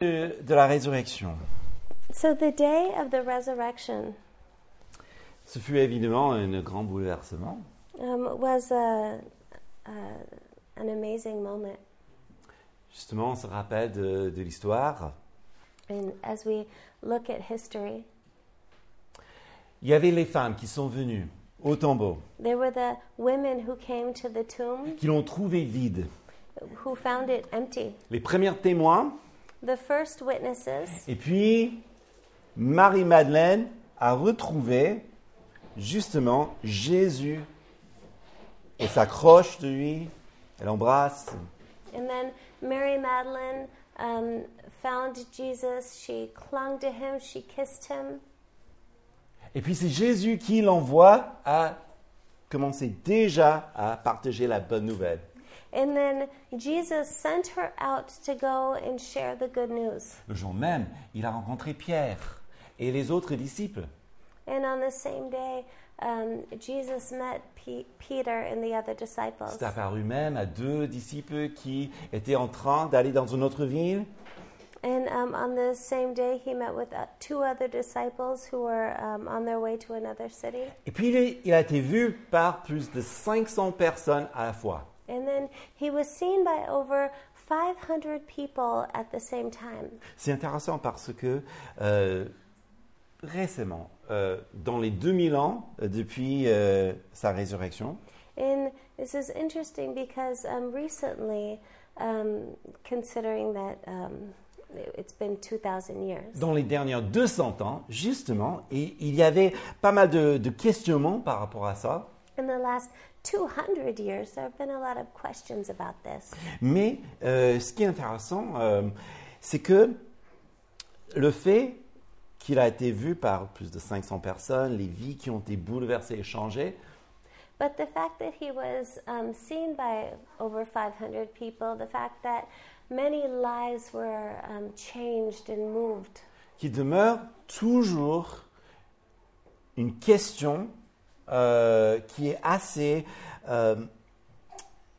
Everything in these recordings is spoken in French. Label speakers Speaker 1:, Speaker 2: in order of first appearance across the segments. Speaker 1: de, de la résurrection.
Speaker 2: So the day of the resurrection
Speaker 1: Ce fut évidemment un grand bouleversement.
Speaker 2: um, was a, a, an amazing moment.
Speaker 1: Justement, on se rappelle de, de l'histoire.
Speaker 2: And as we look at history,
Speaker 1: Il y avait les femmes qui sont venues au tombeau,
Speaker 2: there were the women who came to the tomb
Speaker 1: qui l'ont trouvé vide.
Speaker 2: who found it empty.
Speaker 1: Les premières témoins,
Speaker 2: The first witnesses,
Speaker 1: et puis Marie-Madeleine a retrouvé justement Jésus. Elle s'accroche de lui, elle embrasse.
Speaker 2: and then Mary Magdalene um, found Jesus. She clung to him, she kissed him.
Speaker 1: Et puis c'est Jésus qui l'envoie à commencer déjà à partager la bonne nouvelle.
Speaker 2: And then Jesus sent her out to go and share the good news.
Speaker 1: Le jour même, il a rencontré Pierre et les autres disciples.
Speaker 2: And on the same day, um, Jesus met Pe- Peter and the other disciples.
Speaker 1: C'est apparu même à deux disciples qui étaient en train d'aller dans une autre ville.
Speaker 2: And um, on the same day, he met with uh, two other disciples who were um, on their way to another city.
Speaker 1: Et puis il est- il a été vu par plus de 500 personnes à la fois.
Speaker 2: And then he was seen by over 500 people at the same time.
Speaker 1: C'est intéressant parce que euh, récemment, euh, dans les 2000 ans euh, depuis euh, sa résurrection,
Speaker 2: And this is interesting because um, recently, um, considering that um, it- it's been 2,000 years,
Speaker 1: dans les dernières 200 ans, justement, et il y avait pas mal de, de questionnements par rapport à ça,
Speaker 2: in the last 200 years, there have been a lot of questions about this.
Speaker 1: mais euh, ce qui est intéressant, euh, c'est que le fait qu'il a été vu par plus de 500 personnes, les vies qui ont été bouleversées et changées,
Speaker 2: But the fact that he was um, seen by over 500 people, the fact that many lives were um, changed and moved,
Speaker 1: qui demeure toujours une question euh, qui est assez euh,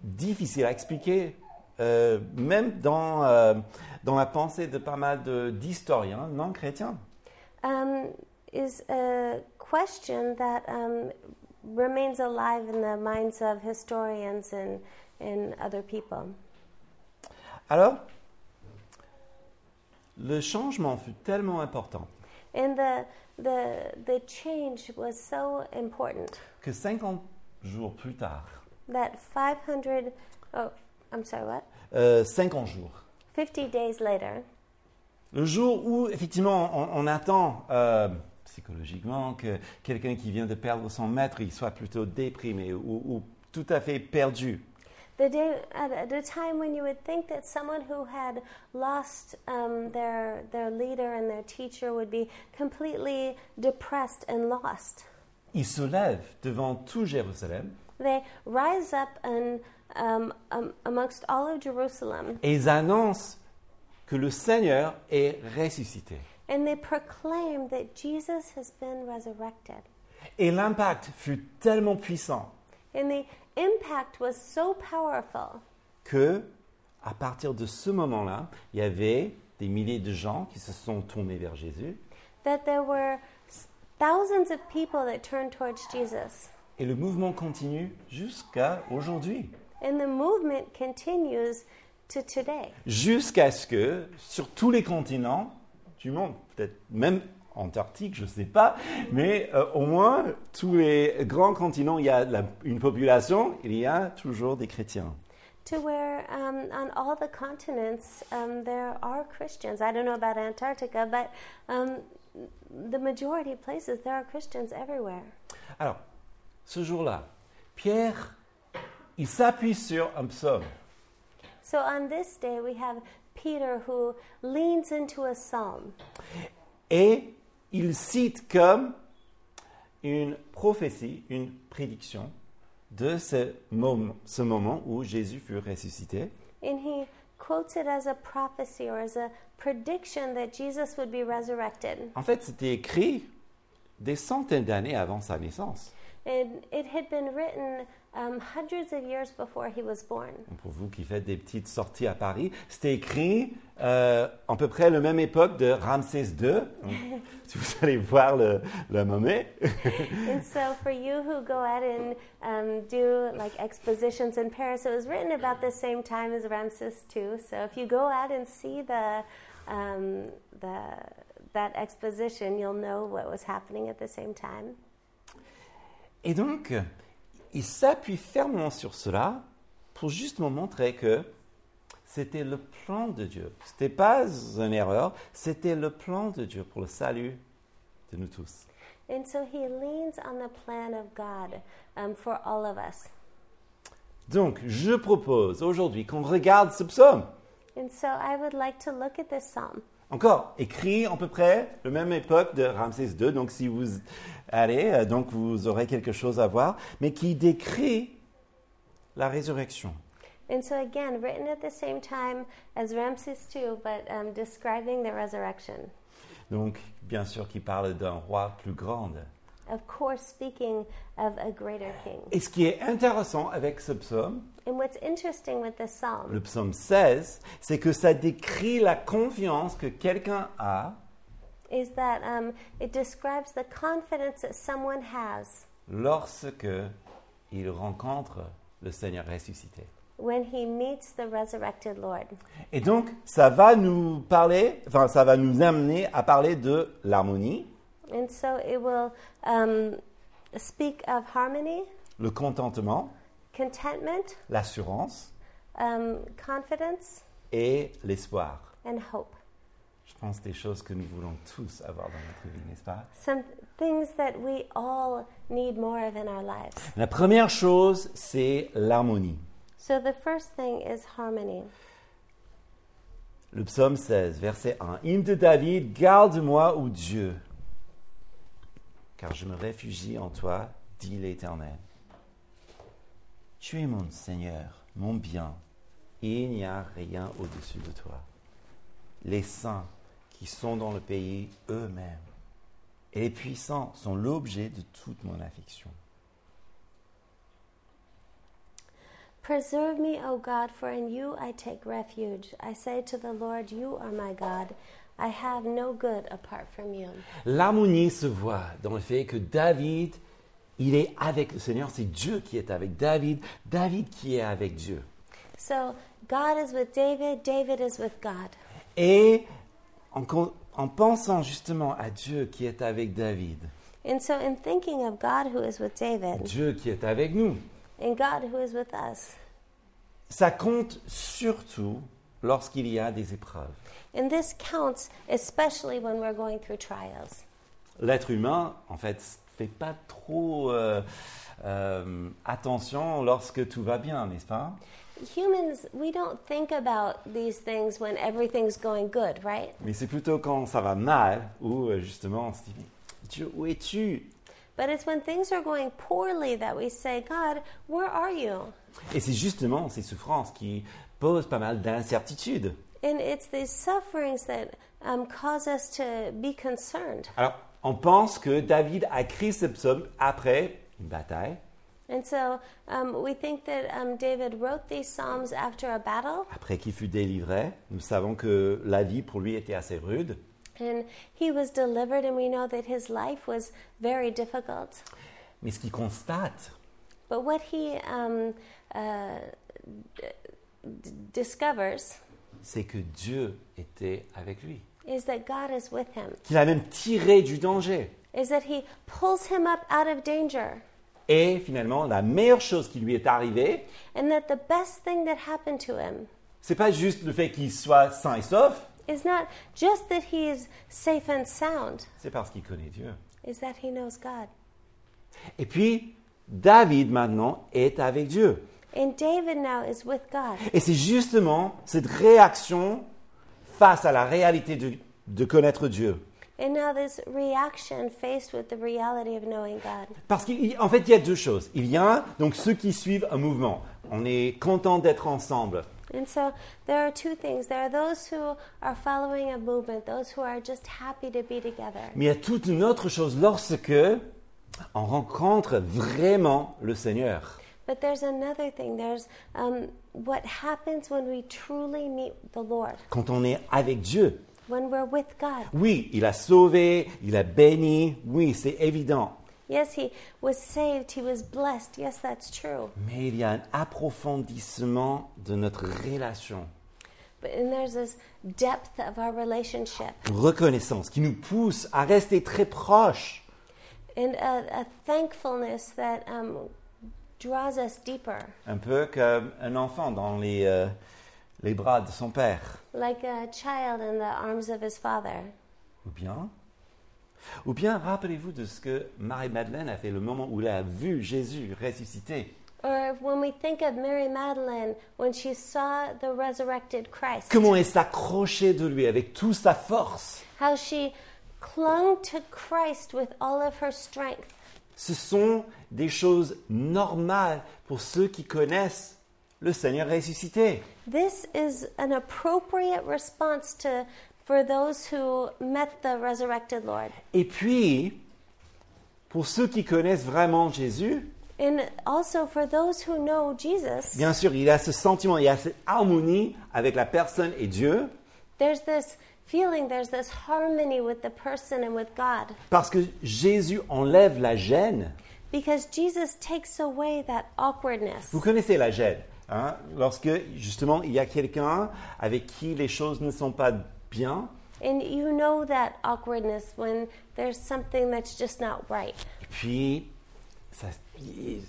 Speaker 1: difficile à expliquer, euh, même dans, euh, dans la pensée de pas mal de- d'historiens non chrétiens.
Speaker 2: um, is a question that um, remains alive in the minds of historians and, and other people.
Speaker 1: Alors, le changement fut tellement important
Speaker 2: And the, the, the change was so important
Speaker 1: que 50 jours plus tard,
Speaker 2: that 500, oh, I'm sorry, what?
Speaker 1: euh, 50 jours,
Speaker 2: 50 days later,
Speaker 1: Le jour où, effectivement, on, on attend euh, psychologiquement que quelqu'un qui vient de perdre son maître, il soit plutôt déprimé ou, ou tout à fait perdu.
Speaker 2: The day at at a time when you would think that someone who had lost um, their their leader and their teacher would be completely depressed and lost,
Speaker 1: Il se lève devant tout Jérusalem
Speaker 2: they rise up and um, um, amongst all of Jerusalem,
Speaker 1: et ils annoncent que le Seigneur est ressuscité.
Speaker 2: and they proclaim that Jesus has been resurrected.
Speaker 1: Et l'impact fut tellement puissant
Speaker 2: And the impact was so powerful
Speaker 1: que, à partir de ce moment-là, il y avait des milliers de gens qui se sont tournés vers Jésus
Speaker 2: that there were s- thousands of people that turned towards Jesus,
Speaker 1: et le mouvement continue jusqu'à aujourd'hui.
Speaker 2: and the movement continues to today.
Speaker 1: jusqu'à ce que, sur tous les continents du monde, peut-être même Antarctique, je ne sais pas, mais euh, au moins tous les grands continents, il y a la- une population, il y a toujours des chrétiens.
Speaker 2: to where um, on all the continents um, there are Christians. I don't know about Antarctica, but um, the majority of places there are Christians everywhere.
Speaker 1: Alors, ce jour-là, Pierre, il s'appuie sur un psaume.
Speaker 2: So on this day we have Peter who leans into a psalm
Speaker 1: Et il cite comme une prophétie, une prédiction de ce moment, ce moment où Jésus fut ressuscité.
Speaker 2: and he quotes it as a prophecy or as a prediction that Jesus would be resurrected.
Speaker 1: En fait, c'était écrit des centaines d'années avant sa naissance.
Speaker 2: And it had been written um, hundreds of years before he was born.
Speaker 1: Donc, Pour vous qui faites des petites sorties à Paris, c'était écrit euh, à peu près à la même époque de Ramsès II. Donc, si vous allez voir le, le momé,
Speaker 2: And so, for you who go out and um, do like expositions in Paris, it was written about the same time as Ramses II. So, if you go out and see the um, the that exposition, you'll know what was happening at the same time.
Speaker 1: Et donc, il s'appuie fermement sur cela pour justement montrer que c'était le plan de Dieu. Ce n'était pas une erreur, c'était le plan de Dieu pour le salut de nous tous.
Speaker 2: And so, he leans on the plan of God um, for all of us.
Speaker 1: Donc, je propose aujourd'hui qu'on regarde ce psaume,
Speaker 2: And so, I would like to look at this psalm.
Speaker 1: encore écrit à peu près la même époque de Ramsès II, donc si vous allez, euh, donc vous aurez quelque chose à voir, mais qui décrit la résurrection.
Speaker 2: And so, again, written at the same time as Ramses II, but um, describing the resurrection.
Speaker 1: Donc, bien sûr, qui parle d'un roi plus grand.
Speaker 2: Of course, speaking of a greater king.
Speaker 1: Et ce qui est intéressant avec ce psaume,
Speaker 2: And what's interesting with this psalm
Speaker 1: le psaume 16, c'est que ça décrit la confiance que quelqu'un a
Speaker 2: is that um, it describes the confidence that someone has
Speaker 1: lorsque il rencontre le Seigneur ressuscité.
Speaker 2: when he meets the resurrected Lord.
Speaker 1: Et donc, ça va nous parler, enfin, ça va nous amener à parler de l'harmonie,
Speaker 2: And so it will um, speak of harmony,
Speaker 1: le contentement,
Speaker 2: contentment,
Speaker 1: l'assurance
Speaker 2: um, confidence,
Speaker 1: et l'espoir.
Speaker 2: and hope.
Speaker 1: Je pense des choses que nous voulons tous avoir dans notre vie, n'est-ce pas
Speaker 2: Some things that we all need more of in our lives.
Speaker 1: La première chose, c'est l'harmonie.
Speaker 2: So the first thing is harmony.
Speaker 1: Le psaume 16, verset 1. Hymne de David, garde-moi, ô Dieu, car je me réfugie en toi, dit l'Éternel. Tu es mon Seigneur, mon bien, et il n'y a rien au-dessus de toi. Les saints qui sont dans le pays eux-mêmes et les puissants sont l'objet de toute mon affection.
Speaker 2: Preserve me, O God, for in you I take refuge. I say to the Lord, You are my God. I have no good apart from you.
Speaker 1: L'harmonie se voit dans le fait que David, il est avec le Seigneur, c'est Dieu qui est avec David, David qui est avec Dieu.
Speaker 2: So God is with David, David is with God.
Speaker 1: Et en, con- en pensant justement à Dieu qui est avec David,
Speaker 2: And so, in thinking of God who is with David
Speaker 1: Dieu qui est avec nous,
Speaker 2: and God who is with us,
Speaker 1: ça compte surtout lorsqu'il y a des épreuves.
Speaker 2: and this counts especially when we're going through trials.
Speaker 1: L'être humain, en fait, fait pas trop euh, euh, attention lorsque tout va bien, n'est-ce pas
Speaker 2: Humans, we don't think about these things when everything's going good, right?
Speaker 1: Mais c'est plutôt quand ça va mal où euh, justement on se dit, Mais Dieu, où es-tu
Speaker 2: But it's when things are going poorly that we say, God, where are you?
Speaker 1: Et c'est justement ces souffrances qui posent pas mal d'incertitudes.
Speaker 2: And it's these sufferings that um, cause us to be concerned.
Speaker 1: Alors, on pense que David a écrit ce psaume après une bataille,
Speaker 2: And so um, we think that um, David wrote these Psalms after a battle,
Speaker 1: après qu'il fut délivré. Nous savons que la vie pour lui était assez rude.
Speaker 2: and he was delivered, and we know that his life was very difficult.
Speaker 1: Mais ce qu'il constate,
Speaker 2: But what he um, uh, d- discovers
Speaker 1: c'est que Dieu était avec lui,
Speaker 2: is that God is with him,
Speaker 1: qu'il a même tiré du danger.
Speaker 2: is that he pulls him up out of danger,
Speaker 1: Et finalement, la meilleure chose qui lui est arrivée,
Speaker 2: and that the best thing that happened to him
Speaker 1: c'est pas juste le fait qu'il soit sain et sauf,
Speaker 2: is not just that he is safe and sound,
Speaker 1: c'est parce qu'il connaît Dieu.
Speaker 2: is that he knows God.
Speaker 1: Et puis, David maintenant est avec Dieu.
Speaker 2: And David now is with God.
Speaker 1: Et c'est justement cette réaction face à la réalité de, de connaître Dieu.
Speaker 2: And now this reaction faced with the reality of knowing God.
Speaker 1: Parce qu'en fait, il y a deux choses. Il y a donc ceux qui suivent un mouvement. On est content d'être ensemble.
Speaker 2: And so there are two things. There are those who are following a movement, those who are just happy to be together.
Speaker 1: Mais il y a toute une autre chose lorsque on rencontre vraiment le Seigneur.
Speaker 2: But there's another thing. There's um, what happens when we truly meet the Lord,
Speaker 1: quand on est avec Dieu.
Speaker 2: when we're with God.
Speaker 1: Oui, il a sauvé, il a béni, oui, c'est évident.
Speaker 2: Yes, he was saved. He was blessed. Yes, that's true.
Speaker 1: Mais il y a un approfondissement de notre relation,
Speaker 2: But and there's this depth of our relationship
Speaker 1: une reconnaissance qui nous pousse à rester très proches.
Speaker 2: and a, a thankfulness that um, draws us deeper,
Speaker 1: Un peu comme un enfant dans les, euh, les bras de son père.
Speaker 2: like a child in the arms of his father.
Speaker 1: Ou bien, ou bien rappelez-vous de ce que Marie-Madeleine a fait le moment où elle a vu Jésus ressuscité.
Speaker 2: Or when we think of Mary Magdalene, when she saw the resurrected Christ,
Speaker 1: Comment elle s'accrochait de lui avec toute sa force.
Speaker 2: how she clung to Christ with all of her strength.
Speaker 1: Ce sont des choses normales pour ceux qui connaissent le Seigneur ressuscité.
Speaker 2: This is an appropriate response to for those who met the resurrected Lord.
Speaker 1: Et puis, pour ceux qui connaissent vraiment Jésus,
Speaker 2: And also for those who know Jesus,
Speaker 1: bien sûr, il y a ce sentiment, il y a cette harmonie avec la personne et Dieu,
Speaker 2: there's this feeling, there's this harmony with the person and with God
Speaker 1: parce que Jésus enlève la gêne.
Speaker 2: because Jesus takes away that awkwardness.
Speaker 1: Vous connaissez la gêne, hein? lorsque justement il y a quelqu'un avec qui les choses ne sont pas bien,
Speaker 2: And you know that awkwardness when there's something that's just not right.
Speaker 1: et puis ça-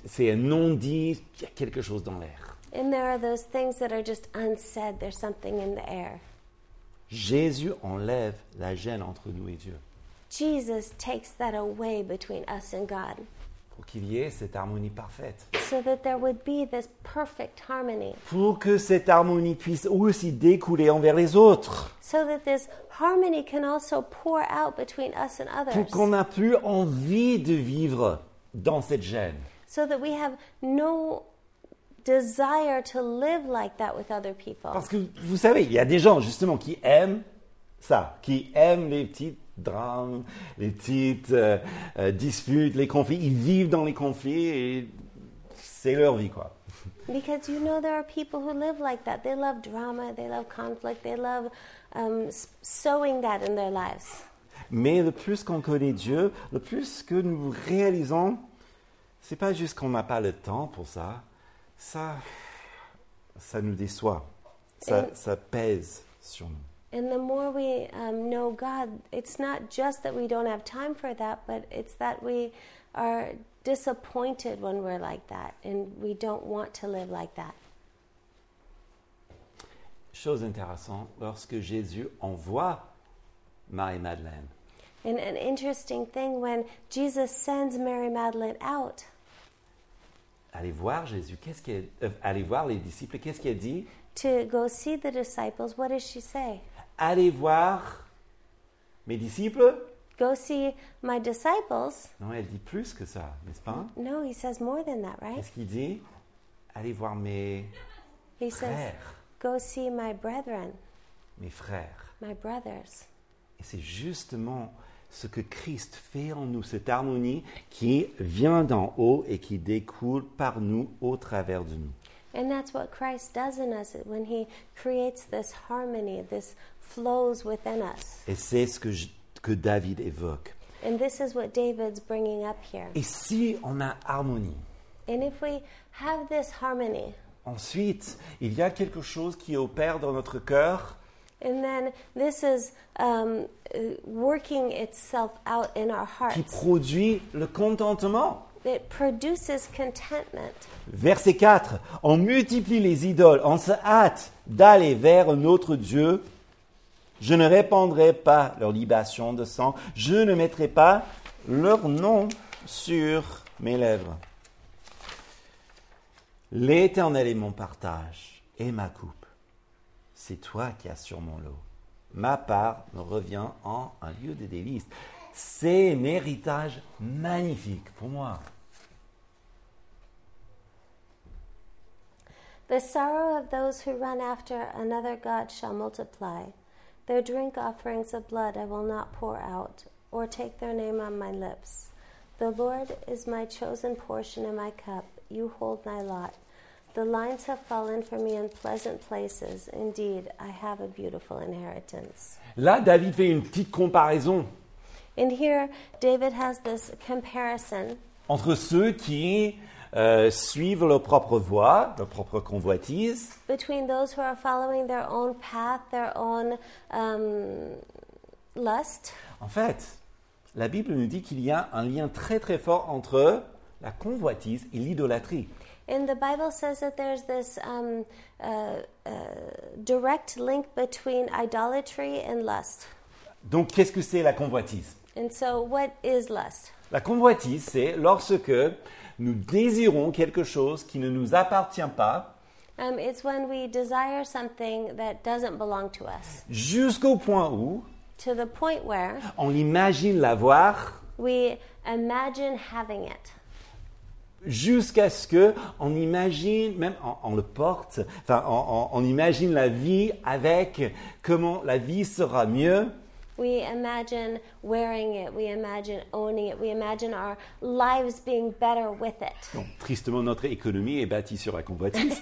Speaker 1: c'est un non-dit, il y a quelque chose dans l'air.
Speaker 2: And there are those things that are just unsaid, there's something in the air.
Speaker 1: Jésus enlève la gêne entre nous et Dieu,
Speaker 2: Jesus takes that away between us and God
Speaker 1: pour qu'il y ait cette harmonie parfaite.
Speaker 2: so that there would be this perfect harmony,
Speaker 1: pour que cette harmonie puisse aussi découler envers les autres,
Speaker 2: so that this harmony can also pour out between us and
Speaker 1: pour
Speaker 2: others,
Speaker 1: qu'on n'a plus envie de vivre dans cette gêne.
Speaker 2: so that we have no desire to live like that with other people.
Speaker 1: Parce que vous savez, il y a des gens justement qui aiment ça, qui aiment les petits drames, les petites euh, euh, disputes, les conflits. Ils vivent dans les conflits et c'est leur vie quoi.
Speaker 2: Because you know there are people who live like that. They love drama, they love conflict, they love um, s- sowing that in their lives.
Speaker 1: Mais le plus qu'on connaît Dieu, le plus que nous réalisons, c'est pas juste qu'on n'a pas le temps pour ça. Ça, ça nous déçoit. Ça,
Speaker 2: Et-
Speaker 1: ça pèse sur nous.
Speaker 2: And the more we um, know God, it's not just that we don't have time for that, but it's that we are disappointed when we're like that and we don't want to live like that.
Speaker 1: Chose intéressante, lorsque Jésus envoie Marie-Madeleine,
Speaker 2: And an interesting thing when Jesus sends Mary Magdalene out,
Speaker 1: allez voir Jésus, qu'est-ce qu'elle, euh, allez voir les disciples, qu'est-ce qu'elle dit
Speaker 2: to go see the disciples, what does she say?
Speaker 1: Allez voir mes disciples
Speaker 2: Go see my disciples.
Speaker 1: Non, elle dit plus que ça, n'est-ce pas
Speaker 2: No, he says more than that, right?
Speaker 1: Qu'est-ce qu'il dit Allez voir mes
Speaker 2: He says,
Speaker 1: frères,
Speaker 2: Go see my brethren,
Speaker 1: mes frères.
Speaker 2: my brothers.
Speaker 1: Et c'est justement ce que Christ fait en nous, cette harmonie qui vient d'en haut et qui découle par nous au travers de nous.
Speaker 2: And that's what Christ does in us when he creates this harmony, this flows within us.
Speaker 1: Et c'est ce que, je- que David évoque.
Speaker 2: And this is what David's bringing up here.
Speaker 1: Et si on a harmonie,
Speaker 2: And if we have this harmony,
Speaker 1: ensuite, il y a quelque chose qui opère dans notre cœur
Speaker 2: and then this is um, uh, working itself out in our
Speaker 1: qui
Speaker 2: hearts,
Speaker 1: produit le contentement.
Speaker 2: it produces contentment.
Speaker 1: Verset 4, on multiplie les idoles, on se hâte d'aller vers un autre Dieu. Je ne répandrai pas leur libation de sang, je ne mettrai pas leur nom sur mes lèvres. L'Éternel est mon partage et ma coupe. C'est toi qui as sur mon lot. Ma part me revient en un lieu de délices. C'est un héritage magnifique pour moi.
Speaker 2: The sorrow of those who run after another God shall multiply. Their drink offerings of blood I will not pour out, or take their name on my lips. The Lord is my chosen portion and my cup. you hold my lot. The lines have fallen for me in pleasant places. Indeed, I have a beautiful inheritance.
Speaker 1: Là, David fait une petite comparaison
Speaker 2: And here, David has this comparison
Speaker 1: entre ceux qui euh, suivent leur propre voie, leur propre convoitise,
Speaker 2: between those who are following their own path, their own um, lust.
Speaker 1: En fait, la Bible nous dit qu'il y a un lien très très fort entre la convoitise et l'idolâtrie.
Speaker 2: And the Bible says that there's this um, uh, uh, direct link between idolatry and lust.
Speaker 1: Donc qu'est-ce que c'est la convoitise
Speaker 2: And so, what is lust?
Speaker 1: La convoitise, c'est lorsque nous désirons quelque chose qui ne nous appartient pas
Speaker 2: Um, it's when we desire something that doesn't belong to us
Speaker 1: jusqu'au point où
Speaker 2: to the point where
Speaker 1: on imagine l'avoir
Speaker 2: we imagine having it.
Speaker 1: jusqu'à ce que on imagine, même on, on le porte, enfin on, on- on imagine la vie avec, comment la vie sera mieux.
Speaker 2: We imagine wearing it. We imagine owning it. We imagine our lives being better with it.
Speaker 1: Bon, tristement, notre économie est bâtie sur la convoitise.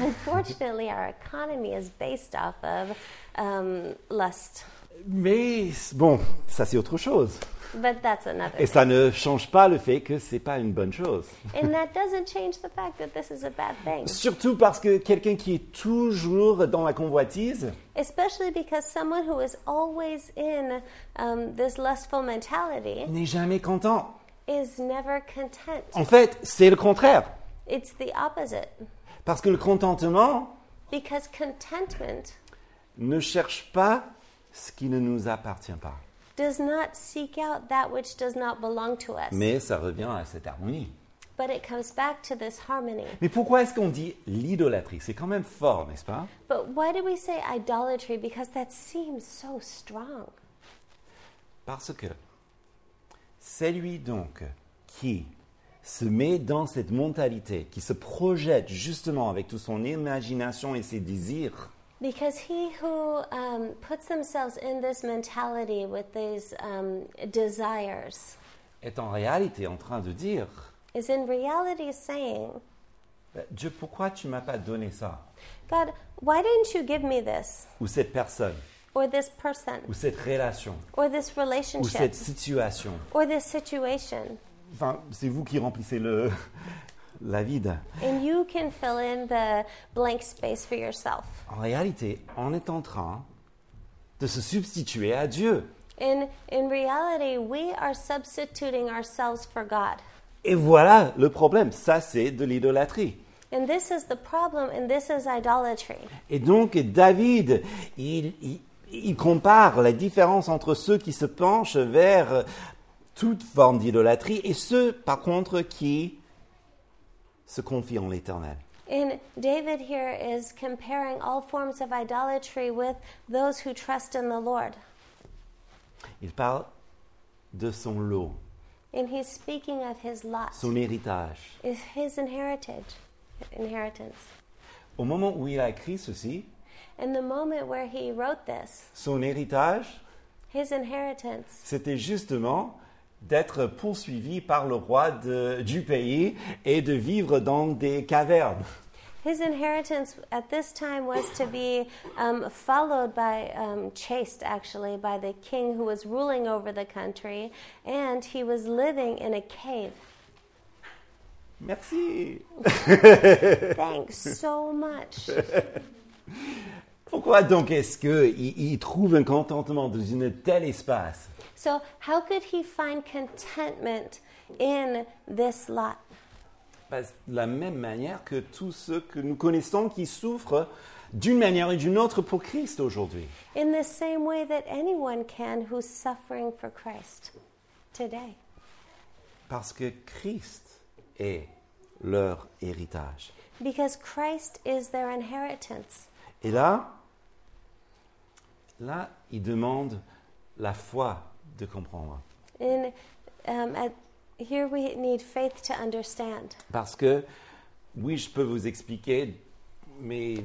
Speaker 2: Unfortunately, our economy is based off of um, lust,
Speaker 1: Mais bon, ça c'est autre chose.
Speaker 2: but that's another.
Speaker 1: Et ça ne change pas le fait que c'est pas une bonne chose.
Speaker 2: and that doesn't change the fact that this is a bad thing,
Speaker 1: Surtout parce que quelqu'un qui est toujours dans la convoitise,
Speaker 2: especially because someone who is always in um, this lustful mentality
Speaker 1: n'est jamais content.
Speaker 2: is never content.
Speaker 1: En fait, c'est le contraire.
Speaker 2: It's the opposite.
Speaker 1: Parce que le contentement
Speaker 2: Because contentment
Speaker 1: ne cherche pas ce qui ne nous appartient pas.
Speaker 2: does not seek out that which does not belong to us,
Speaker 1: Mais ça revient à cette harmonie.
Speaker 2: but it comes back to this harmony.
Speaker 1: Mais pourquoi est-ce qu'on dit l'idolâtrie C'est quand même fort, n'est-ce pas
Speaker 2: But why do we say idolatry? Because that seems so strong.
Speaker 1: Parce que c'est lui donc qui se met dans cette mentalité, qui se projette justement avec toute son imagination et ses désirs,
Speaker 2: Because he who um, puts themselves in this mentality with these um, desires
Speaker 1: est en réalité en train de dire
Speaker 2: is in reality saying,
Speaker 1: Bah, Dieu, pourquoi tu m'as pas donné ça
Speaker 2: God, why didn't you give me this?
Speaker 1: Ou cette personne,
Speaker 2: Or this
Speaker 1: ou
Speaker 2: person?
Speaker 1: cette relation,
Speaker 2: Or
Speaker 1: ou
Speaker 2: this
Speaker 1: cette
Speaker 2: relationship?
Speaker 1: situation.
Speaker 2: Or this situation?
Speaker 1: Enfin, c'est vous qui remplissez le, la vide.
Speaker 2: And you can fill in the blank space for yourself.
Speaker 1: En réalité, on est en train de se substituer à Dieu.
Speaker 2: In, in reality, we are substituting ourselves for God.
Speaker 1: Et voilà le problème. Ça, c'est de l'idolâtrie.
Speaker 2: And this is the problem, and this is idolatry.
Speaker 1: Et donc David, il, il- il compare la différence entre ceux qui se penchent vers toute forme d'idolâtrie et ceux, par contre, qui se confient en l'Éternel.
Speaker 2: And David here is comparing all forms of idolatry with those who trust in the Lord.
Speaker 1: Il parle de son lot,
Speaker 2: And he's speaking of his lot,
Speaker 1: son héritage.
Speaker 2: is his inheritance, inheritance.
Speaker 1: Au moment où il a écrit ceci,
Speaker 2: In the moment where he wrote this,
Speaker 1: son héritage,
Speaker 2: his inheritance
Speaker 1: c'était justement d'être poursuivi par le roi de- du pays et de vivre dans des cavernes.
Speaker 2: His inheritance at this time was to be um, followed by, um, chased actually, by the king who was ruling over the country, and he was living in a cave.
Speaker 1: Merci.
Speaker 2: Thanks so much.
Speaker 1: Pourquoi donc est-ce qu'il il trouve un contentement dans un tel espace
Speaker 2: So, how could he find contentment in this lot?
Speaker 1: Parce que Bah, De la même manière que tous ceux que nous connaissons qui souffrent d'une manière et d'une autre pour Christ aujourd'hui.
Speaker 2: In the same way that anyone can who's suffering for Christ today.
Speaker 1: Parce que Christ est leur héritage.
Speaker 2: Because Christ is their inheritance.
Speaker 1: Et là, là, il demande la foi de comprendre.
Speaker 2: In, um, at, here we need faith to understand.
Speaker 1: Parce que, oui, je peux vous expliquer, mais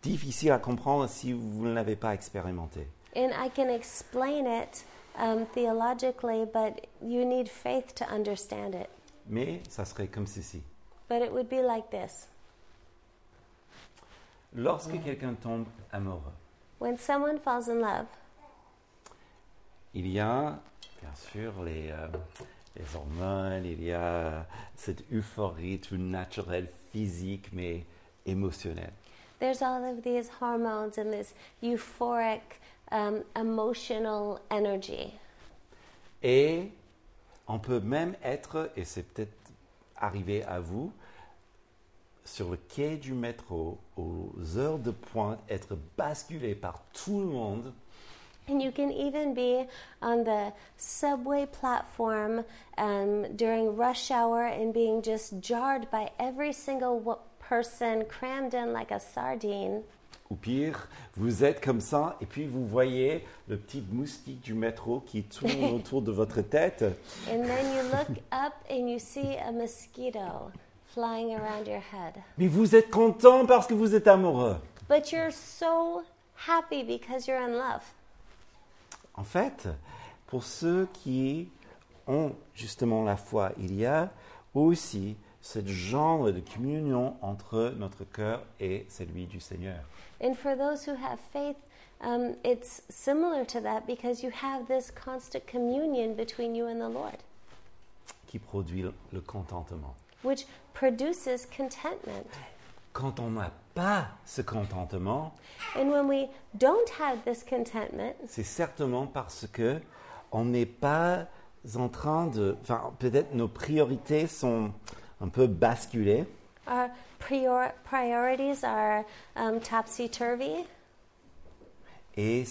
Speaker 1: difficile à comprendre si vous ne l'avez pas expérimenté.
Speaker 2: And I can explain it um, theologically, but you need faith to understand it.
Speaker 1: Mais ça serait comme ceci.
Speaker 2: but it would be like this
Speaker 1: Lorsque quelqu'un tombe amoureux,
Speaker 2: when someone falls in love,
Speaker 1: il y a bien sûr les, euh, les hormones, il y a cette euphorie tout naturelle, physique, mais émotionnelle.
Speaker 2: there's all of these hormones and this euphoric um, emotional energy.
Speaker 1: Et on peut même être, et c'est peut-être arrivé à vous, sur le quai du métro, aux heures de pointe, être basculé par tout le monde
Speaker 2: And you can even be on the subway platform um, during rush hour and being just jarred by every single w- person crammed in like a sardine.
Speaker 1: Ou pire, vous êtes comme ça et puis vous voyez le petit moustique du métro qui tourne autour de votre tête
Speaker 2: And then you look up and you see a mosquito flying around your head.
Speaker 1: Mais vous êtes content parce que vous êtes amoureux.
Speaker 2: But you're so happy because you're in love.
Speaker 1: En fait, pour ceux qui ont justement la foi, il y a aussi ce genre de communion entre notre cœur et celui du Seigneur.
Speaker 2: And for those who have faith, um, it's similar to that because you have this constant communion between you and the Lord,
Speaker 1: qui produit le- le contentement.
Speaker 2: which produces contentment.
Speaker 1: Quand on n'a pas ce contentement,
Speaker 2: And when we don't have this contentment,
Speaker 1: c'est certainement parce que on n'est pas en train de, enfin peut-être nos priorités sont un peu basculées
Speaker 2: our prior- priorities are um, topsy turvy.
Speaker 1: et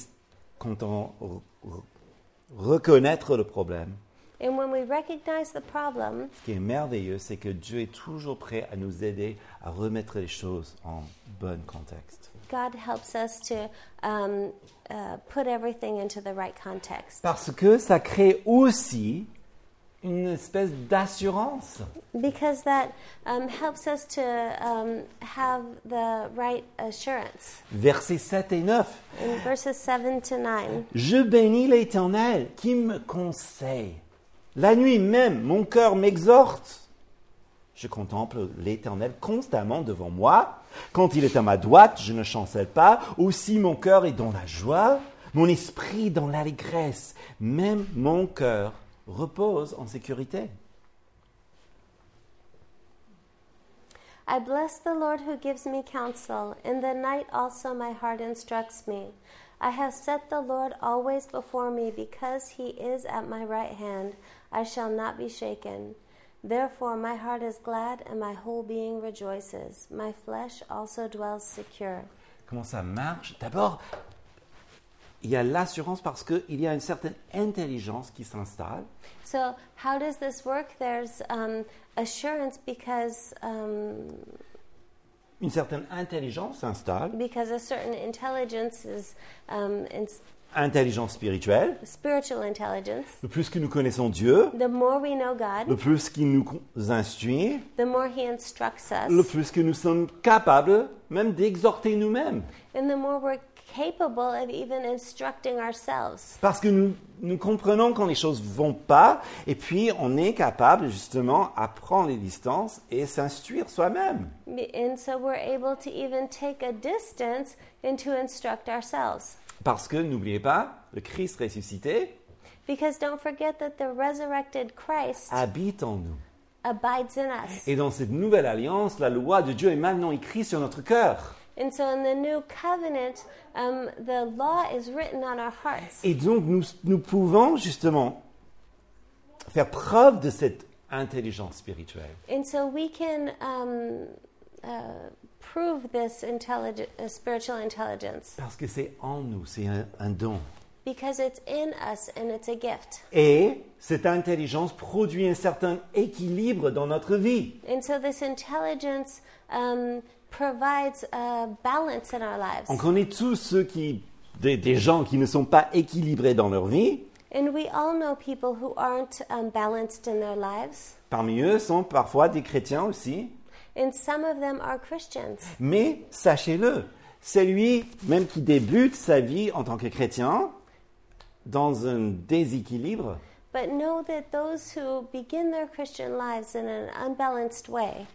Speaker 1: quand on re- re- reconnaître le problème,
Speaker 2: And when we recognize the problem,
Speaker 1: ce qui est merveilleux, c'est que Dieu est toujours prêt à nous aider à remettre les choses en bon contexte.
Speaker 2: God helps us to um, uh, put everything into the right context
Speaker 1: Parce que ça crée aussi une espèce d'assurance.
Speaker 2: because that um, helps us to um, have the right assurance.
Speaker 1: Versets 7 et 9.
Speaker 2: In verses 7 to 9,
Speaker 1: Je bénis l'Éternel qui me conseille. La nuit même, mon cœur m'exhorte. Je contemple l'Éternel constamment devant moi. Quand il est à ma droite, je ne chancelle pas. Aussi mon cœur est dans la joie, mon esprit dans l'allégresse. Même mon cœur repose en sécurité.
Speaker 2: I bless the Lord who gives me counsel. In the night also my heart instructs me. I have set the Lord always before me because he is at my right hand. I shall not be shaken. Therefore my heart is glad and my whole being rejoices. My flesh also dwells secure.
Speaker 1: Comment ça marche D'abord, il y a l'assurance parce qu'il y a une certaine intelligence qui s'installe.
Speaker 2: So, how does this work? There's um, assurance because, um,
Speaker 1: Une certaine intelligence s'installe.
Speaker 2: because a certain intelligence is um, ins-
Speaker 1: intelligence spirituelle.
Speaker 2: spiritual intelligence.
Speaker 1: Le plus que nous connaissons Dieu,
Speaker 2: The more we know God,
Speaker 1: le plus qu'il nous con- instruit,
Speaker 2: the more He instructs us,
Speaker 1: le plus que nous sommes capables même d'exhorter nous-mêmes.
Speaker 2: and the more we're capable of even instructing ourselves.
Speaker 1: Parce que nous, nous comprenons quand les choses vont pas, et puis on est capable justement à prendre les distances et s'instruire soi-même.
Speaker 2: And so we're able to even take a distance and to instruct ourselves.
Speaker 1: Parce que n'oubliez pas, le Christ ressuscité
Speaker 2: Because don't forget that the resurrected Christ
Speaker 1: habite en nous.
Speaker 2: abides in us.
Speaker 1: Et dans cette nouvelle alliance, la loi de Dieu est maintenant écrite sur notre cœur.
Speaker 2: And so in the new covenant, um, the law is written on our hearts.
Speaker 1: Et donc, nous, nous pouvons justement faire preuve de cette intelligence spirituelle.
Speaker 2: And so we can um, uh, prove this intelligent, uh, spiritual intelligence.
Speaker 1: Parce que c'est en nous, c'est un, un don.
Speaker 2: Because it's in us and it's a gift.
Speaker 1: Et cette intelligence produit un certain équilibre dans notre vie.
Speaker 2: And so this intelligence um, provides a balance in our lives.
Speaker 1: On connaît tous ceux qui, des, des gens qui ne sont pas équilibrés dans leur vie.
Speaker 2: And we all know people who aren't um, balanced in their lives.
Speaker 1: Parmi eux sont parfois des chrétiens aussi.
Speaker 2: And some of them are Christians.
Speaker 1: Mais sachez-le, celui même qui débute sa vie en tant que chrétien dans un déséquilibre,
Speaker 2: But know that those who begin their Christian lives in an unbalanced way,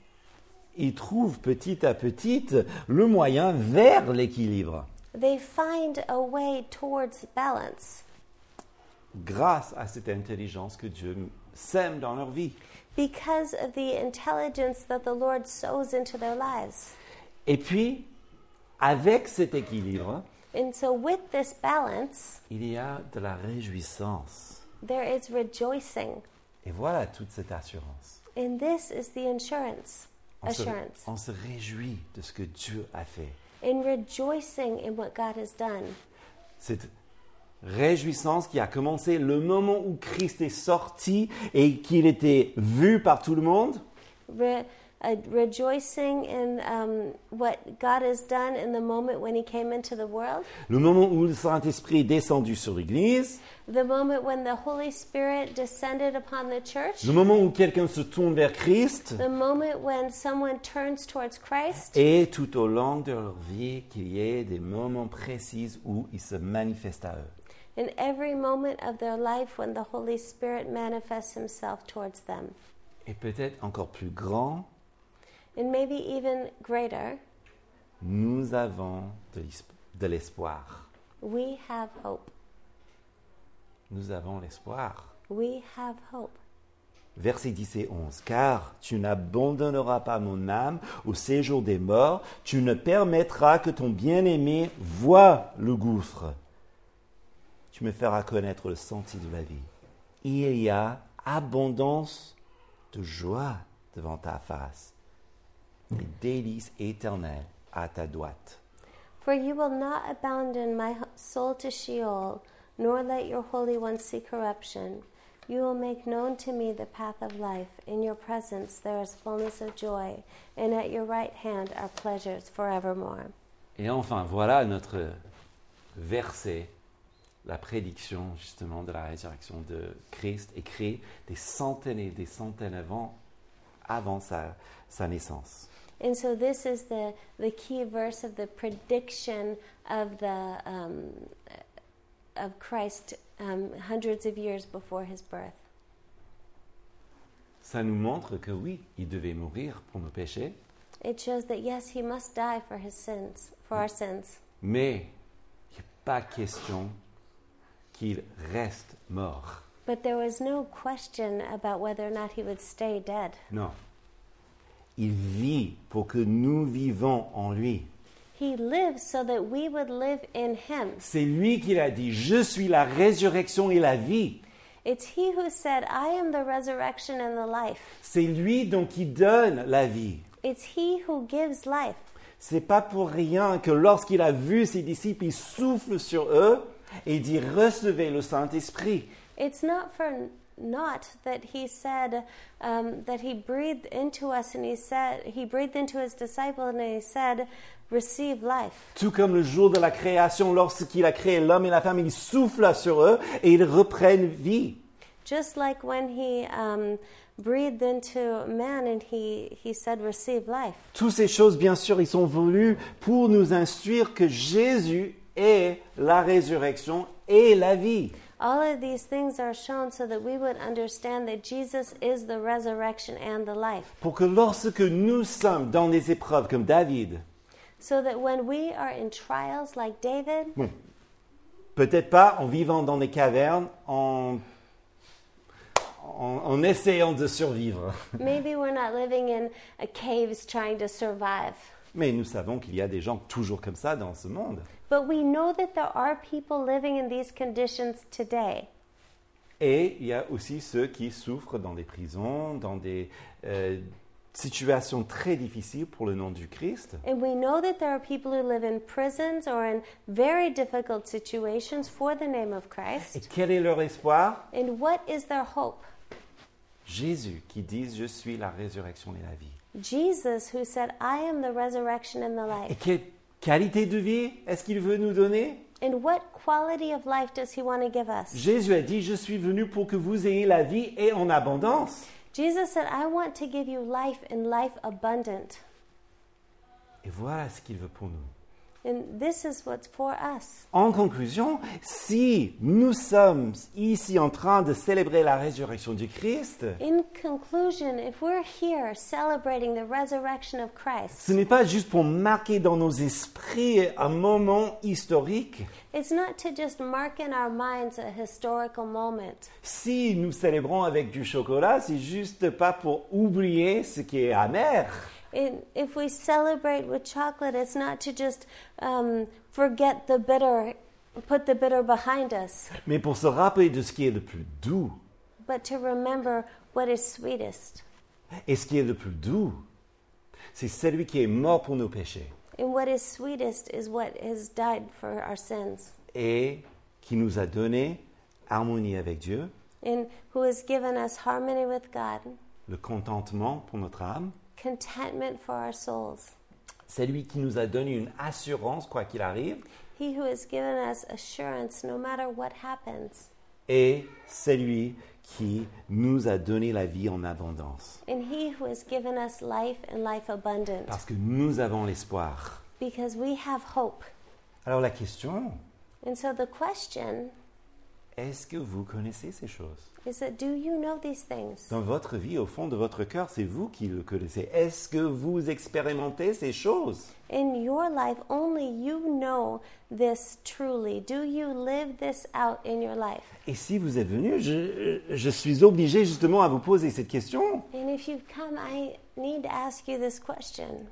Speaker 1: ils trouvent petit à petit le moyen vers l'équilibre
Speaker 2: They find a way towards balance
Speaker 1: grâce à cette intelligence que Dieu nous sème dans leur vie.
Speaker 2: because of the intelligence that the Lord sows into their lives.
Speaker 1: Et puis, avec cet équilibre,
Speaker 2: And so, with this balance,
Speaker 1: il y a de la réjouissance.
Speaker 2: there is rejoicing.
Speaker 1: Et voilà toute cette assurance.
Speaker 2: And this is the insurance,
Speaker 1: On se,
Speaker 2: assurance,
Speaker 1: on se réjouit de ce que Dieu a fait.
Speaker 2: in rejoicing in what God has done.
Speaker 1: Cette réjouissance qui a commencé le moment où Christ est sorti et qu'il était vu par tout le monde,
Speaker 2: Re- uh, rejoicing in um, what God has done in the moment when He came into the world,
Speaker 1: le moment où le Saint-Esprit est descendu sur l'Église,
Speaker 2: the moment when the Holy Spirit descended upon the church,
Speaker 1: le moment où quelqu'un se tourne vers Christ,
Speaker 2: the moment when someone turns towards Christ,
Speaker 1: et tout au long de leur vie qu'il y ait des moments précis où il se manifeste à eux.
Speaker 2: in every moment of their life when the Holy Spirit manifests Himself towards them.
Speaker 1: Et peut-être encore plus grand,
Speaker 2: And maybe even greater,
Speaker 1: nous avons de l'is- de l'espoir.
Speaker 2: we have hope.
Speaker 1: Nous avons l'espoir.
Speaker 2: We have hope.
Speaker 1: Versets 10 et 11. Car tu n'abandonneras pas mon âme au séjour des morts, tu ne permettras que ton bien-aimé voie le gouffre. Tu me feras connaître le sentier de la vie. Il y a abondance de joie devant ta face, des délices éternelles à ta droite.
Speaker 2: For you will not abandon my ho- soul to Sheol, nor let your Holy One see corruption. You will make known to me the path of life. In your presence there is fullness of joy, and at your right hand are pleasures forevermore.
Speaker 1: Et enfin, voilà notre verset, la prédiction justement de la résurrection de Christ, écrit des centaines et des centaines avant, avant sa, sa naissance.
Speaker 2: And so this is the, the key verse of the prediction of the um, of Christ um, hundreds of years before his birth.
Speaker 1: Ça nous montre que oui, il devait mourir pour nos péchés,
Speaker 2: It shows that yes, he must die for his sins, for our sins.
Speaker 1: mais il n'est pas question qu'il reste mort.
Speaker 2: But there was no question about whether or not he would stay dead.
Speaker 1: Non. Il vit pour que nous vivons en lui.
Speaker 2: He lived so that we would live in him.
Speaker 1: C'est lui qui l'a dit, je suis la résurrection et la vie.
Speaker 2: It's he who said, I am the resurrection and the life.
Speaker 1: C'est lui donc qui donne la vie.
Speaker 2: It's he who gives life.
Speaker 1: C'est pas pour rien que lorsqu'il a vu ses disciples, il souffle sur eux et dit recevez le Saint-Esprit.
Speaker 2: It's not for n- naught that he said um, that he breathed into us and he said, he breathed into his disciple and he said, receive life.
Speaker 1: Tout comme le jour de la création, lorsqu'il a créé l'homme et la femme, il souffla sur eux et ils reprennent vie.
Speaker 2: Just like when he um, breathed into man and he, he said, Receive life.
Speaker 1: Toutes ces choses, bien sûr, ils sont venues pour nous instruire que Jésus est la résurrection et la vie.
Speaker 2: All of these things are shown so that we would understand that Jesus is the resurrection and the life.
Speaker 1: Pour que lorsque nous sommes dans des épreuves comme David,
Speaker 2: So that when we are in trials like David,
Speaker 1: Peut-être pas en vivant dans des cavernes, en, en, en essayant de survivre.
Speaker 2: maybe we're not living in uh, caves trying to survive.
Speaker 1: Mais nous savons qu'il y a des gens toujours comme ça dans ce monde.
Speaker 2: But we know that there are people living in these conditions today.
Speaker 1: Et il y a aussi ceux qui souffrent dans des prisons, dans des euh, situations très difficiles pour le nom du Christ.
Speaker 2: And we know that there are people who live in prisons or in very difficult situations for the name of
Speaker 1: Et
Speaker 2: Christ.
Speaker 1: quel est leur espoir
Speaker 2: And what is their hope?
Speaker 1: Jésus qui dit Je suis la résurrection et la vie.
Speaker 2: Jesus, who said, I am the resurrection and the
Speaker 1: Et
Speaker 2: life.
Speaker 1: quelle qualité de vie est-ce qu'il veut nous donner
Speaker 2: And what quality of life does he want to give us?
Speaker 1: Jésus a dit Je suis venu pour que vous ayez la vie et en abondance.
Speaker 2: Jesus said, I want to give you life and life abundant.
Speaker 1: Et voilà ce qu'il veut pour nous.
Speaker 2: And this is what's for us.
Speaker 1: En conclusion, si nous sommes ici en train de célébrer la résurrection du Christ,
Speaker 2: In conclusion, if we're here celebrating the resurrection of Christ,
Speaker 1: ce n'est pas juste pour marquer dans nos esprits un moment historique.
Speaker 2: it's not to just mark in our minds a historical moment.
Speaker 1: Si nous célébrons avec du chocolat, c'est juste pas pour oublier ce qui est amer.
Speaker 2: And if we celebrate with chocolate, it's not to just um, forget the bitter, put the bitter behind us,
Speaker 1: mais pour se rappeler de ce qui est le plus doux.
Speaker 2: but to remember what is sweetest.
Speaker 1: Et ce qui est le plus doux, c'est celui qui est mort pour nos péchés
Speaker 2: And what is sweetest is what has died for our sins,
Speaker 1: et qui nous a donné harmonie avec Dieu,
Speaker 2: and who has given us harmony with God,
Speaker 1: le contentement pour notre âme,
Speaker 2: contentment for our souls.
Speaker 1: celui qui nous a donné une assurance quoi qu'il arrive,
Speaker 2: He who has given us assurance no matter what happens,
Speaker 1: et celui qui nous a donné la vie en abondance.
Speaker 2: and He who has given us life and life abundant,
Speaker 1: Parce que nous avons l'espoir.
Speaker 2: because we have hope.
Speaker 1: Alors la question,
Speaker 2: And so the question
Speaker 1: est-ce que vous connaissez ces choses
Speaker 2: is that do you know these things?
Speaker 1: Dans votre vie, au fond de votre cœur, c'est vous qui le connaissez. Est-ce que vous expérimentez ces choses
Speaker 2: In your life, only you know this truly. Do you live this out in your life?
Speaker 1: Et si vous êtes venu, je, je suis obligé justement à vous poser cette question
Speaker 2: And if you've come, I need to ask you this question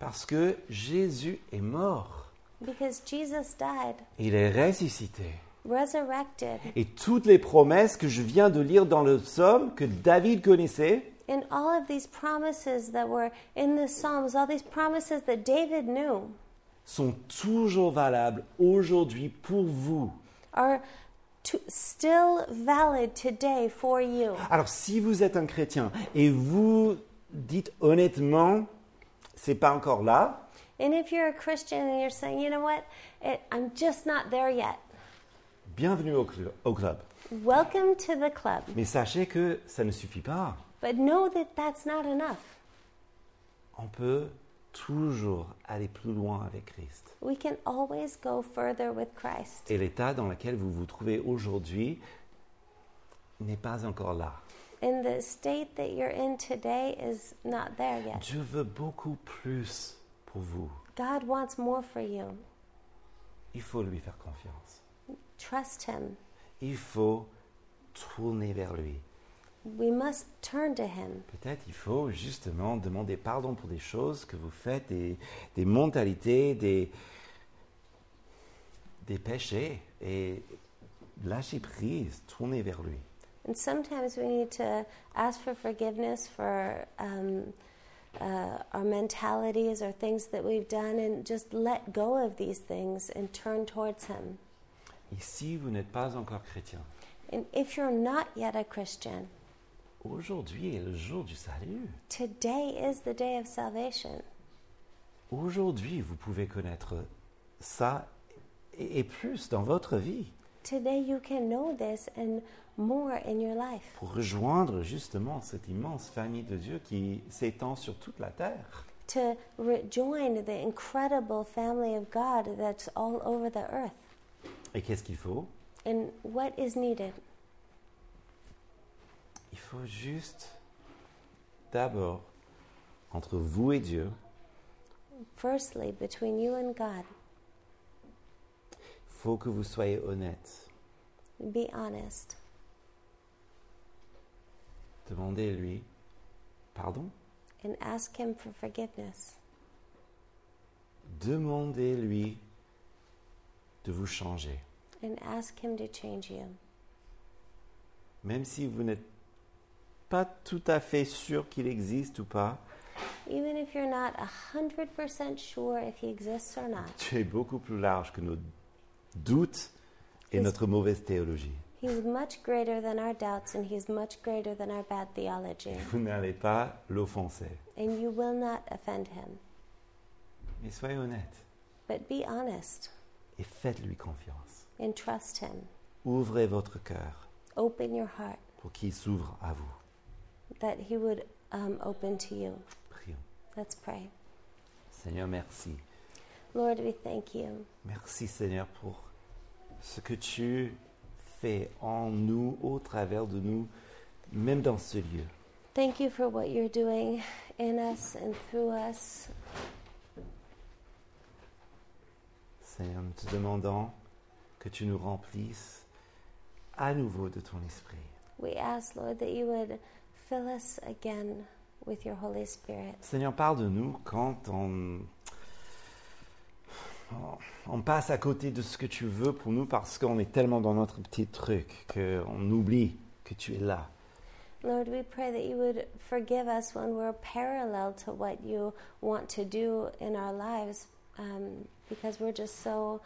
Speaker 1: parce que Jésus est mort,
Speaker 2: because Jesus died,
Speaker 1: il est ressuscité.
Speaker 2: resurrected,
Speaker 1: Et toutes les promesses que je viens de lire dans le psaume que David connaissait,
Speaker 2: and all of these promises that were in the Psalms, all these promises that David knew,
Speaker 1: sont toujours valables aujourd'hui pour vous.
Speaker 2: are to, still valid today for you.
Speaker 1: Alors si vous êtes un chrétien et vous dites honnêtement, c'est pas encore là,
Speaker 2: And if you're a Christian and you're saying, you know what, it, I'm just not there yet,
Speaker 1: bienvenue au, cl- au club.
Speaker 2: welcome to the club.
Speaker 1: Mais sachez que ça ne suffit pas.
Speaker 2: But know that that's not enough.
Speaker 1: On peut toujours aller plus loin avec Christ.
Speaker 2: We can always go further with Christ.
Speaker 1: Et l'état dans lequel vous vous trouvez aujourd'hui n'est pas encore là.
Speaker 2: And the state that you're in today is not there yet.
Speaker 1: Dieu veut beaucoup plus pour vous.
Speaker 2: God wants more for you.
Speaker 1: Il faut lui faire confiance.
Speaker 2: Trust Him.
Speaker 1: Il faut tourner vers lui.
Speaker 2: We must turn to Him.
Speaker 1: Peut-être il faut justement demander pardon pour des choses que vous faites, des, des mentalités, des, des péchés. Et lâcher prise, tourner vers lui.
Speaker 2: And sometimes we need to ask for forgiveness for um, uh, our mentalities or things that we've done and just let go of these things and turn towards Him.
Speaker 1: Et si vous n'êtes pas encore chrétien,
Speaker 2: And if you're not yet a Christian,
Speaker 1: aujourd'hui est le jour du salut.
Speaker 2: today is the day of salvation.
Speaker 1: Aujourd'hui, vous pouvez connaître ça et et plus dans votre vie
Speaker 2: Today you can know this and more in your life
Speaker 1: pour rejoindre justement cette immense famille de Dieu qui s'étend sur toute la terre.
Speaker 2: to re- join the incredible family of God that's all over the earth.
Speaker 1: Et qu'est-ce qu'il faut
Speaker 2: And what is needed?
Speaker 1: Il faut juste d'abord entre vous et Dieu,
Speaker 2: Firstly, between you and God,
Speaker 1: il faut que vous soyez honnête.
Speaker 2: be honest.
Speaker 1: Demandez-lui pardon.
Speaker 2: and ask Him for forgiveness.
Speaker 1: Demandez-lui de vous changer.
Speaker 2: And ask Him to change you.
Speaker 1: Même si vous n'êtes pas tout à fait sûr qu'il existe ou pas,
Speaker 2: Even if you're not 100% sure if He exists or not,
Speaker 1: Tu es beaucoup plus large que nos doutes et
Speaker 2: Yes.
Speaker 1: notre mauvaise théologie.
Speaker 2: He's much greater than our doubts and He's much greater than our bad theology.
Speaker 1: Vous n'allez pas l'offenser.
Speaker 2: And you will not offend Him.
Speaker 1: Mais soyez honnête
Speaker 2: But be honest
Speaker 1: et faites-lui confiance.
Speaker 2: and trust Him.
Speaker 1: Ouvrez votre cœur
Speaker 2: Open your heart
Speaker 1: pour qu'il s'ouvre à vous.
Speaker 2: that He would um, open to you.
Speaker 1: Prions.
Speaker 2: Let's pray.
Speaker 1: Seigneur, merci
Speaker 2: Lord, we thank you.
Speaker 1: Merci Seigneur pour ce que tu fais en nous, au travers de nous, même dans ce lieu.
Speaker 2: Thank you for what you're doing in us and through us.
Speaker 1: Seigneur, nous te demandons que tu nous remplisses à nouveau de ton esprit.
Speaker 2: We ask, Lord, that you would fill us again with your Holy Spirit.
Speaker 1: Seigneur, pardonne-nous quand on, on passe à côté de ce que tu veux pour nous parce qu'on est tellement dans notre petit truc qu'on oublie que tu es là.
Speaker 2: Lord, we pray that you would forgive us when we're parallel to what you want to do in our lives um, because we're just so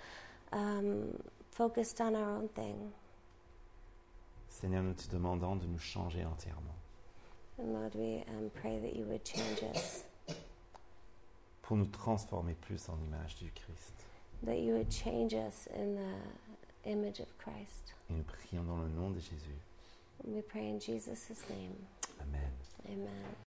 Speaker 2: um, focused on our own thing.
Speaker 1: Seigneur, nous te demandons de nous changer entièrement
Speaker 2: And Lord, we um, pray that you would change us,
Speaker 1: pour nous transformer plus en image du Christ.
Speaker 2: that you would change us in the image of Christ.
Speaker 1: Et nous prions dans le nom de Jésus.
Speaker 2: And we pray in Jesus' name.
Speaker 1: Amen.
Speaker 2: Amen.